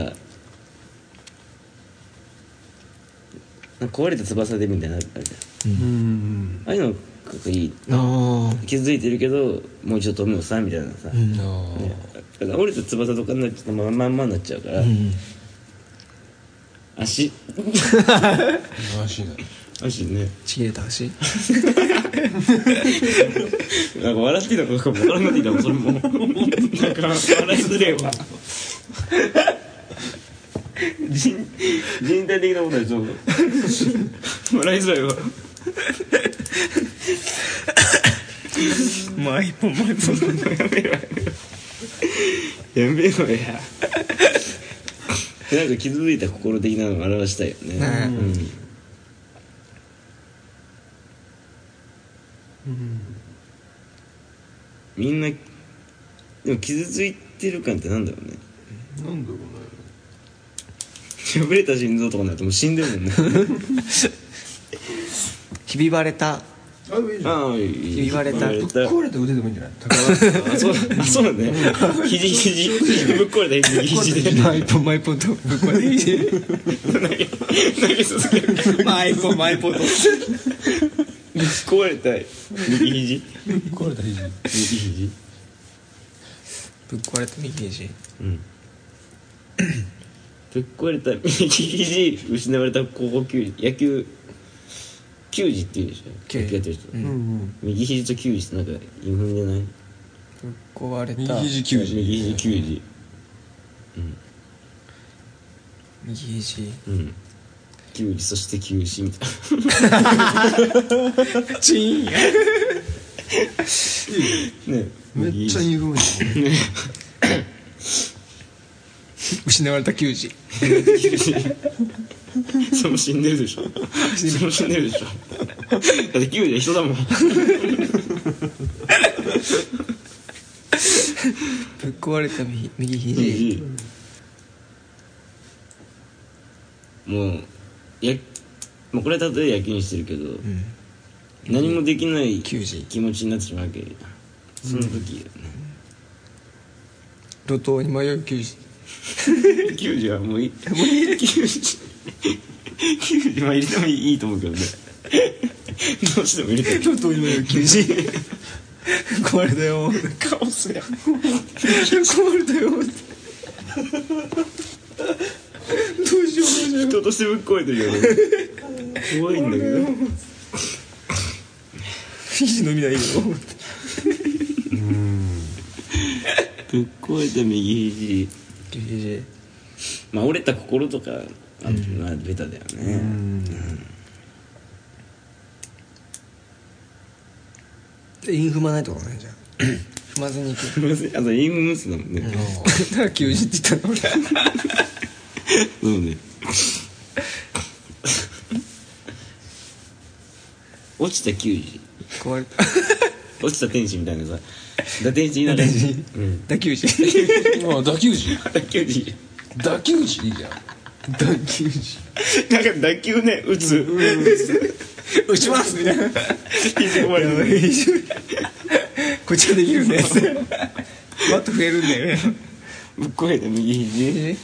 [SPEAKER 2] なんか壊れた翼でみたいなのあるじゃん
[SPEAKER 4] うん
[SPEAKER 2] ああいうのかっこいい
[SPEAKER 3] あ
[SPEAKER 2] 気づいてるけどもう一度止めようさみたいなさ、
[SPEAKER 3] ん
[SPEAKER 4] あー
[SPEAKER 2] ねだから折れた翼とかになっちゃったまんまんまになっちゃうから、
[SPEAKER 3] あうん
[SPEAKER 2] 足
[SPEAKER 4] 悲しいな
[SPEAKER 2] 足ね
[SPEAKER 3] ちぎれたし
[SPEAKER 2] なんか笑っていいのか分からなくていいんだもんそれもなんか笑いすれわ人人体的なことでしょ笑いづらいわ
[SPEAKER 3] まあ一本前そんな
[SPEAKER 2] やめろやめろやなんか傷ついた心的なのを表したいよねう
[SPEAKER 3] ね
[SPEAKER 2] んみんなでも傷ついてる感ってなんだろうね *laughs*
[SPEAKER 4] なんだろうね
[SPEAKER 2] 破れた心臓とかになるともう死んでるもんね
[SPEAKER 3] ひび割れた
[SPEAKER 4] あでもいいじゃん
[SPEAKER 2] ああいい
[SPEAKER 3] 言われた
[SPEAKER 2] 言
[SPEAKER 4] ぶっ
[SPEAKER 2] われ
[SPEAKER 4] *laughs* 壊れた腕でもいいんじゃない
[SPEAKER 2] たあそうあそうだね肘肘肘ぶっ壊れた肘肘で
[SPEAKER 3] マイポンマイポンとぶっ壊れて
[SPEAKER 2] 投げ続ける
[SPEAKER 3] マイポンマイポンと
[SPEAKER 2] 壊れた右肘
[SPEAKER 4] 壊れた肘
[SPEAKER 2] 右肘
[SPEAKER 3] ぶっ壊れた右肘
[SPEAKER 2] うんぶっ壊れた右肘失われた高校球児野球球児っていうでしょ
[SPEAKER 3] 球児
[SPEAKER 2] 野球やってる人、
[SPEAKER 3] うん
[SPEAKER 4] うん
[SPEAKER 2] 右肘と球児ってなんか違反じゃない
[SPEAKER 3] ぶっ壊れた
[SPEAKER 4] 右肘球児
[SPEAKER 2] 右肘球児うん
[SPEAKER 3] 右肘
[SPEAKER 2] うん球児そして球児みたい
[SPEAKER 3] チーン
[SPEAKER 2] なね
[SPEAKER 4] めっちゃ有名
[SPEAKER 3] 失われた球児
[SPEAKER 2] 右肘 *laughs* それも死んでるでしょそれも死んでるでしょだって球児は人だもん
[SPEAKER 3] ぶっ壊れた右右肘
[SPEAKER 2] いいもうや、まあ、これは例え野球にしてるけど、
[SPEAKER 3] うん
[SPEAKER 2] 何もできない
[SPEAKER 3] 球児
[SPEAKER 2] 気持ちになってしまうわけじゃんその時よね
[SPEAKER 3] 路頭に迷う球児
[SPEAKER 2] *laughs* 球児、はもういいもういい球児球児は入れてもいいと思うけどねどうしても入れて
[SPEAKER 3] 路頭に迷う球児壊れたよカオスや壊れたよどうしようどうしよ
[SPEAKER 2] 人としてぶっ壊れてるよね怖いんだけど
[SPEAKER 3] う肘伸びないよ
[SPEAKER 2] ぶっ壊れた右肘
[SPEAKER 3] 球児
[SPEAKER 2] まあ折れた心とかあまあベタだよね、
[SPEAKER 3] イン踏まないとかないじゃん踏まずに行く
[SPEAKER 2] すみませんあとエイムムースだもんね、
[SPEAKER 3] だから球児って言ったの俺
[SPEAKER 2] うんね落ちた球児
[SPEAKER 3] 壊れた
[SPEAKER 2] 落ちた天使みたいなさ打天使いながらうん
[SPEAKER 3] 打球児
[SPEAKER 4] まあ打球児
[SPEAKER 2] 打球児
[SPEAKER 4] 打球児いいじゃん打球児
[SPEAKER 2] なんか打球ね打つ
[SPEAKER 3] 打ちますみたいな
[SPEAKER 2] 肘壊れてね
[SPEAKER 3] こっちができるんだよバット増えるんだよね
[SPEAKER 2] ぶっ壊れた右肘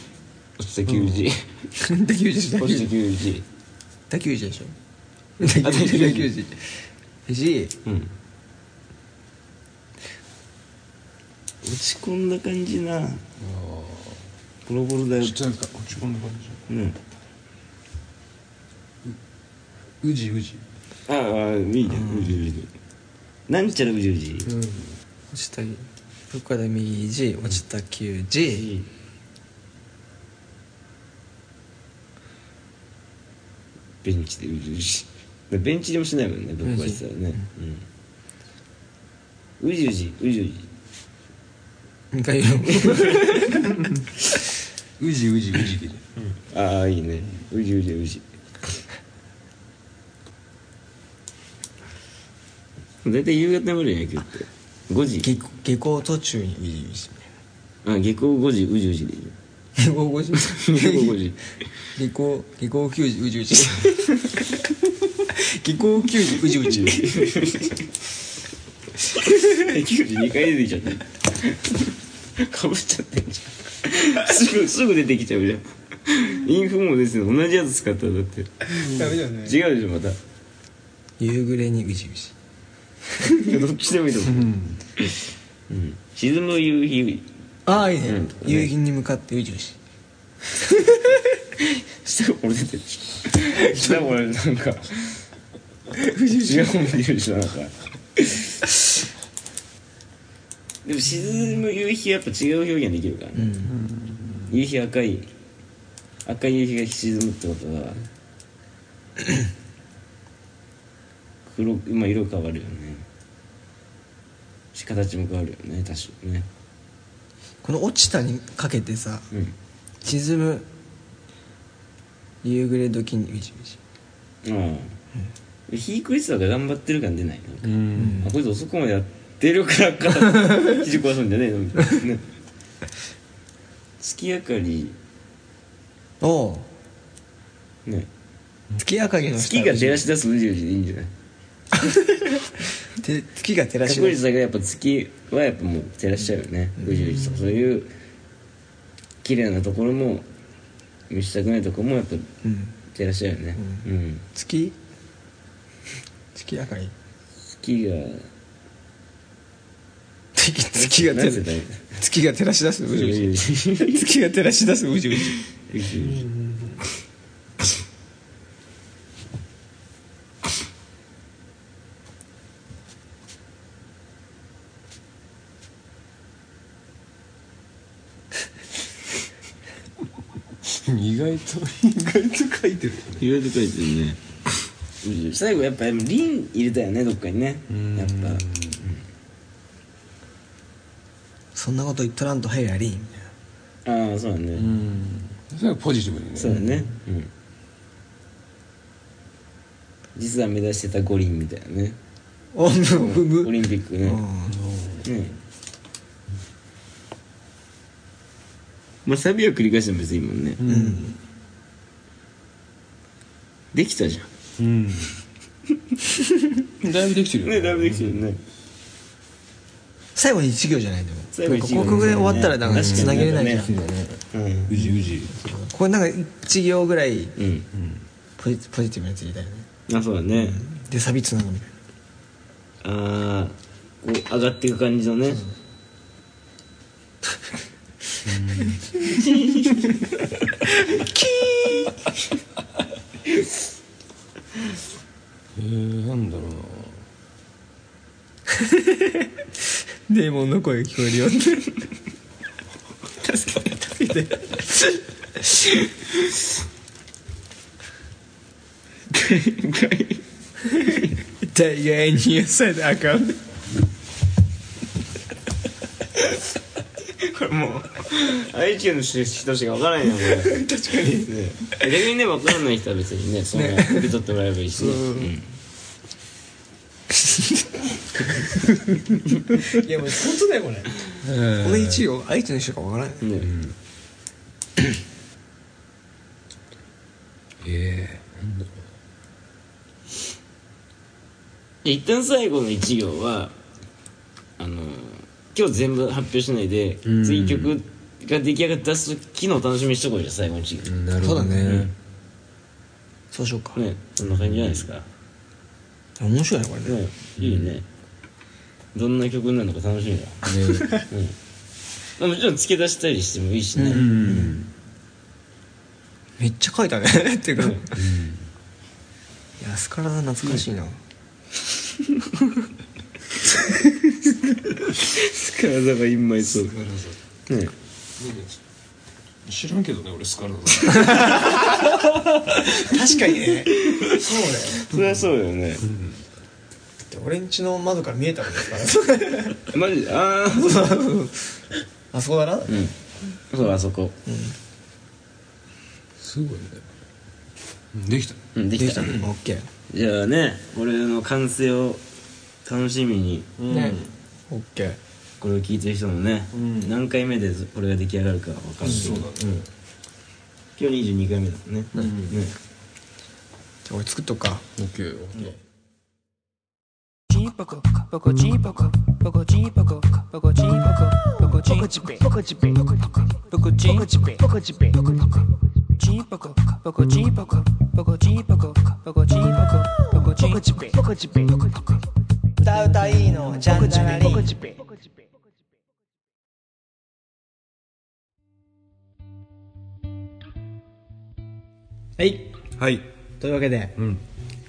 [SPEAKER 2] 落ちた球児
[SPEAKER 3] 打球児打球
[SPEAKER 2] 落ち
[SPEAKER 3] 児
[SPEAKER 2] た球児
[SPEAKER 3] 打球児でしょ打球児打球 *laughs* 児肘
[SPEAKER 2] うん落ち込んだ感じなボロボロだよ
[SPEAKER 4] ちょっとなんか落ち込んだ感じ
[SPEAKER 2] うん
[SPEAKER 4] うじうじ
[SPEAKER 2] ああいいねうじうじなんちゃらうじうじ
[SPEAKER 3] 落ちたどっかで右肘落ちた球児
[SPEAKER 2] ベンチでうじうじでベンチ入りもしないもんねぶっ壊してたらねうんうじうじうじうじ
[SPEAKER 3] 二回 *laughs* 言おう
[SPEAKER 4] うじうじうじで
[SPEAKER 2] ああいいねうじうじうじ大体夕方眠るやん野球って5時
[SPEAKER 3] 下下校途中 *laughs* にウジウジ
[SPEAKER 2] あ下校5時うじうじでいいよ
[SPEAKER 3] 下校5時
[SPEAKER 2] 下校5時
[SPEAKER 3] 下校下校9時うじう *laughs* じ下校9時うじうじ
[SPEAKER 2] 9時2回出てきちゃったかぶっちゃってんじゃんすぐすぐ出てきちゃうじゃんインフもですね同じやつ使ったらだって
[SPEAKER 3] ダメだよね
[SPEAKER 2] 違うでしょまた
[SPEAKER 3] 夕暮れにうじうじ
[SPEAKER 2] どっちでもいいと思う、うん、沈む夕日
[SPEAKER 3] ああいいね、
[SPEAKER 2] うん
[SPEAKER 3] 夕日に向かってうじうじ
[SPEAKER 2] 下が漏れてる下が漏れなんか違うもん出てるしななんかでも沈む夕日はやっぱ違う表現できるからね、夕日赤い赤い夕日が沈むってこと *coughs* は黒くまあ色変わるよねし形も変わるよね多少ね
[SPEAKER 3] この落ちたにかけてさ
[SPEAKER 2] うん
[SPEAKER 3] 沈む夕暮れ時にうじうじ
[SPEAKER 2] うん日クリスタが頑張ってる感出ないなんか
[SPEAKER 4] うん
[SPEAKER 2] あこいつ遅くまでやってるから *laughs* か肘壊すんじゃねえのみたいなね月明かり
[SPEAKER 3] おう
[SPEAKER 2] ね
[SPEAKER 3] 月明かりの下
[SPEAKER 2] 月が照らし出すうじうじでいいんじゃない
[SPEAKER 3] て月が照らし
[SPEAKER 2] 確
[SPEAKER 3] 出す
[SPEAKER 2] 率だけどやっぱ月はやっぱもう照らしちゃうよねうじうじとそういう綺麗なところも見せたくないところもやっぱ
[SPEAKER 3] うん
[SPEAKER 2] 照らしちゃうよねうん、
[SPEAKER 3] 月月明かり
[SPEAKER 2] 月が
[SPEAKER 3] 月月が
[SPEAKER 2] 何
[SPEAKER 3] 照
[SPEAKER 2] て言った
[SPEAKER 3] ら
[SPEAKER 2] ら
[SPEAKER 3] 月が照らし出すうじう
[SPEAKER 2] いいのう
[SPEAKER 3] じ
[SPEAKER 2] じうじ
[SPEAKER 3] *laughs* 月が照らし出すうじうじ
[SPEAKER 2] うじうじ
[SPEAKER 4] 意外と意外と書いてる
[SPEAKER 2] 意外と書いてるね最後やっぱりリン入れたよねどっかにね
[SPEAKER 4] ん
[SPEAKER 2] やっぱ
[SPEAKER 3] そんなこと言っとらんと入りゃりんみたいな
[SPEAKER 2] ああそうだね、
[SPEAKER 4] うんそれはポジティブにね
[SPEAKER 2] そうだね、うん、実は目指してた五輪みたいなね
[SPEAKER 3] おむむ
[SPEAKER 2] オリンピックね、ねまあサビを繰り返しても別にいいもんね、
[SPEAKER 4] うん
[SPEAKER 2] できたじゃ
[SPEAKER 4] うんだいぶできてるよ
[SPEAKER 2] ねだいぶできてるね、
[SPEAKER 3] 最後に一行じゃないでも
[SPEAKER 2] 最後一行
[SPEAKER 3] なんかここで終わったらなん
[SPEAKER 2] 確
[SPEAKER 3] か
[SPEAKER 2] かに
[SPEAKER 3] つなげれないじゃん、
[SPEAKER 2] なんかうん
[SPEAKER 4] うじうじ
[SPEAKER 3] これなんか一行ぐらい
[SPEAKER 2] うん
[SPEAKER 3] ポジポジティブなやつ入れたよね
[SPEAKER 2] あそうだね、
[SPEAKER 3] でサビつなぐみたいな
[SPEAKER 2] ああこう上がっていく感じのね、
[SPEAKER 4] えー、なんだろうな
[SPEAKER 3] デーモンの声が聞こえるよって助けて大概に癒されたらあかん
[SPEAKER 2] これもう IQ の人しか分からないなこれ *laughs* 確かに、ね、逆にね分からない人は別にねその
[SPEAKER 3] ね
[SPEAKER 2] 受け取ってもらえばいいしね、うん
[SPEAKER 3] いやもう本当だよこれこの一行愛知の人かわからない
[SPEAKER 2] ね
[SPEAKER 4] え
[SPEAKER 2] 一旦最後の1行はあの今日全部発表しないで、
[SPEAKER 4] ん
[SPEAKER 2] 次曲が出来上がって出す時のお楽しみにしとこうじゃ最後の1
[SPEAKER 4] え
[SPEAKER 2] 行、
[SPEAKER 4] なる
[SPEAKER 3] そう
[SPEAKER 4] ほ
[SPEAKER 3] だ
[SPEAKER 4] どね
[SPEAKER 3] ねそうしようか
[SPEAKER 2] ねそんな感じじゃないですか、
[SPEAKER 3] 面白いねこれね
[SPEAKER 2] ねいいね、どんな曲になるのか楽しみだ、まあもちろん付け出したりしてもいいしね、
[SPEAKER 4] うん
[SPEAKER 3] めっちゃ書いたねっていうか安からだ懐かしいな
[SPEAKER 2] 体がインマイソーね
[SPEAKER 5] 知らんけどね俺スカルノさん
[SPEAKER 3] 確かにねそう
[SPEAKER 2] そり
[SPEAKER 3] だよね
[SPEAKER 2] ゃそうよね
[SPEAKER 3] だって俺んちの窓から見えたわけですから
[SPEAKER 2] マジでああ
[SPEAKER 3] *laughs* あそこだな、
[SPEAKER 2] うんそうあそこ
[SPEAKER 4] すごいねうんできた
[SPEAKER 2] うんできた
[SPEAKER 3] オッケ
[SPEAKER 2] じゃあね俺の完成を楽しみに
[SPEAKER 3] ーねオッケー
[SPEAKER 2] これを聞いてる人もね、何回目でこれが出来上がるかわかんないけど、うん今日22回目だもんね,、ね
[SPEAKER 3] じゃあ俺作っとくか
[SPEAKER 4] OK よ
[SPEAKER 6] チンポコポコチンポコポコチンポコポコチンポコポコチンポコポコチンポコポコチンポコポコチンポコチンポコポコチンポコポコチンポコポコチンポコポコチンポコポコチンポコ歌うたいいのジャンダラリン
[SPEAKER 3] はい
[SPEAKER 5] はい
[SPEAKER 3] というわけで、
[SPEAKER 5] うん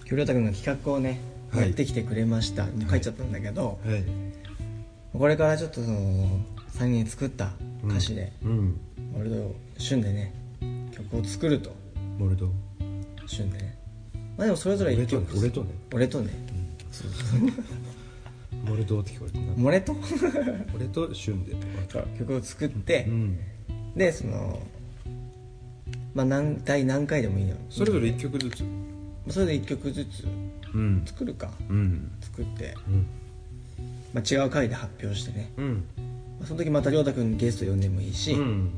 [SPEAKER 3] きょりょうたくんが企画をね、
[SPEAKER 5] はい
[SPEAKER 3] やってきてくれました書いちゃったんだけど、
[SPEAKER 5] はい
[SPEAKER 3] これからちょっとその3人作った歌詞で、
[SPEAKER 5] うん
[SPEAKER 3] 俺と旬でね曲を作ると
[SPEAKER 5] 俺と
[SPEAKER 3] 旬でねまあでもそれぞれ1曲
[SPEAKER 5] 俺とね
[SPEAKER 3] 俺とね
[SPEAKER 5] 俺とって聞こえてな
[SPEAKER 3] 漏れと
[SPEAKER 5] 俺と旬でとか
[SPEAKER 3] 曲を作って、
[SPEAKER 5] うん
[SPEAKER 3] でそのまあ何第何回でもいいよ
[SPEAKER 5] それぞれ一曲ずつ
[SPEAKER 3] それで1曲ずつ
[SPEAKER 5] うん
[SPEAKER 3] 作るか
[SPEAKER 5] うん
[SPEAKER 3] 作って、
[SPEAKER 5] ん
[SPEAKER 3] まあ、違う回で発表してね、
[SPEAKER 5] うん
[SPEAKER 3] まあその時また亮太君ゲスト呼んでもいいし、
[SPEAKER 5] うん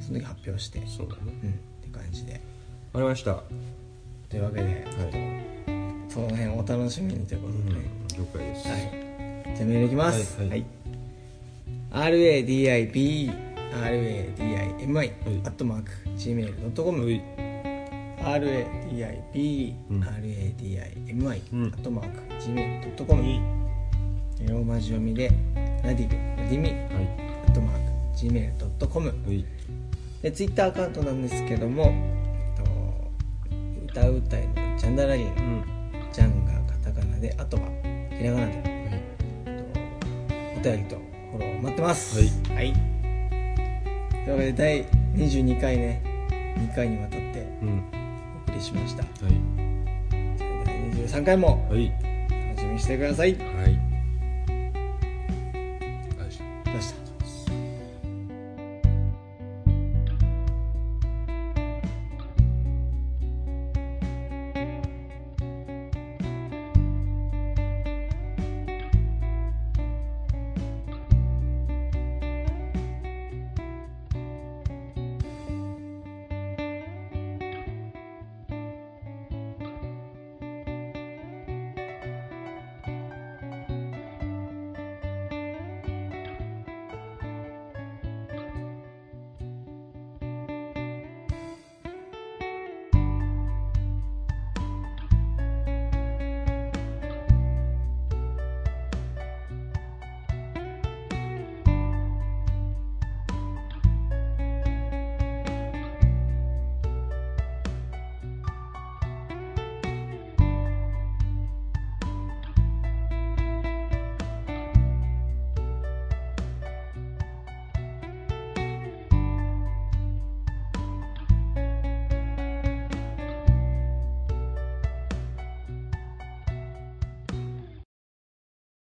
[SPEAKER 3] その時発表して
[SPEAKER 5] そうだね
[SPEAKER 3] うんって感じで
[SPEAKER 5] わかりましたは
[SPEAKER 3] というわけで
[SPEAKER 5] い
[SPEAKER 3] その辺お楽しみにということで、ね
[SPEAKER 5] 了解です
[SPEAKER 3] はいじゃあメールいきますは、
[SPEAKER 5] はいいはい
[SPEAKER 3] RADIB RADIMI、
[SPEAKER 5] い
[SPEAKER 3] アットマーク Gmail.com、
[SPEAKER 5] はい
[SPEAKER 3] RADIB、
[SPEAKER 5] ん
[SPEAKER 3] RADIMI、
[SPEAKER 5] うん
[SPEAKER 3] アットマーク Gmail.com、ローマ字読みでラディブラディミ
[SPEAKER 5] はい
[SPEAKER 3] アットマーク Gmail.com
[SPEAKER 5] はい
[SPEAKER 3] でツイッターアカウントなんですけどもえっと歌うたいのジャンダラリン、ジャンがカタカナであとはひらがなで、えっとお便りとフォロー待ってますはい、というわけで第22回ね2回にわたって
[SPEAKER 5] うん
[SPEAKER 3] お送りしました
[SPEAKER 5] は
[SPEAKER 3] 第23回も
[SPEAKER 5] いはい
[SPEAKER 3] 楽しみにしてください
[SPEAKER 5] はい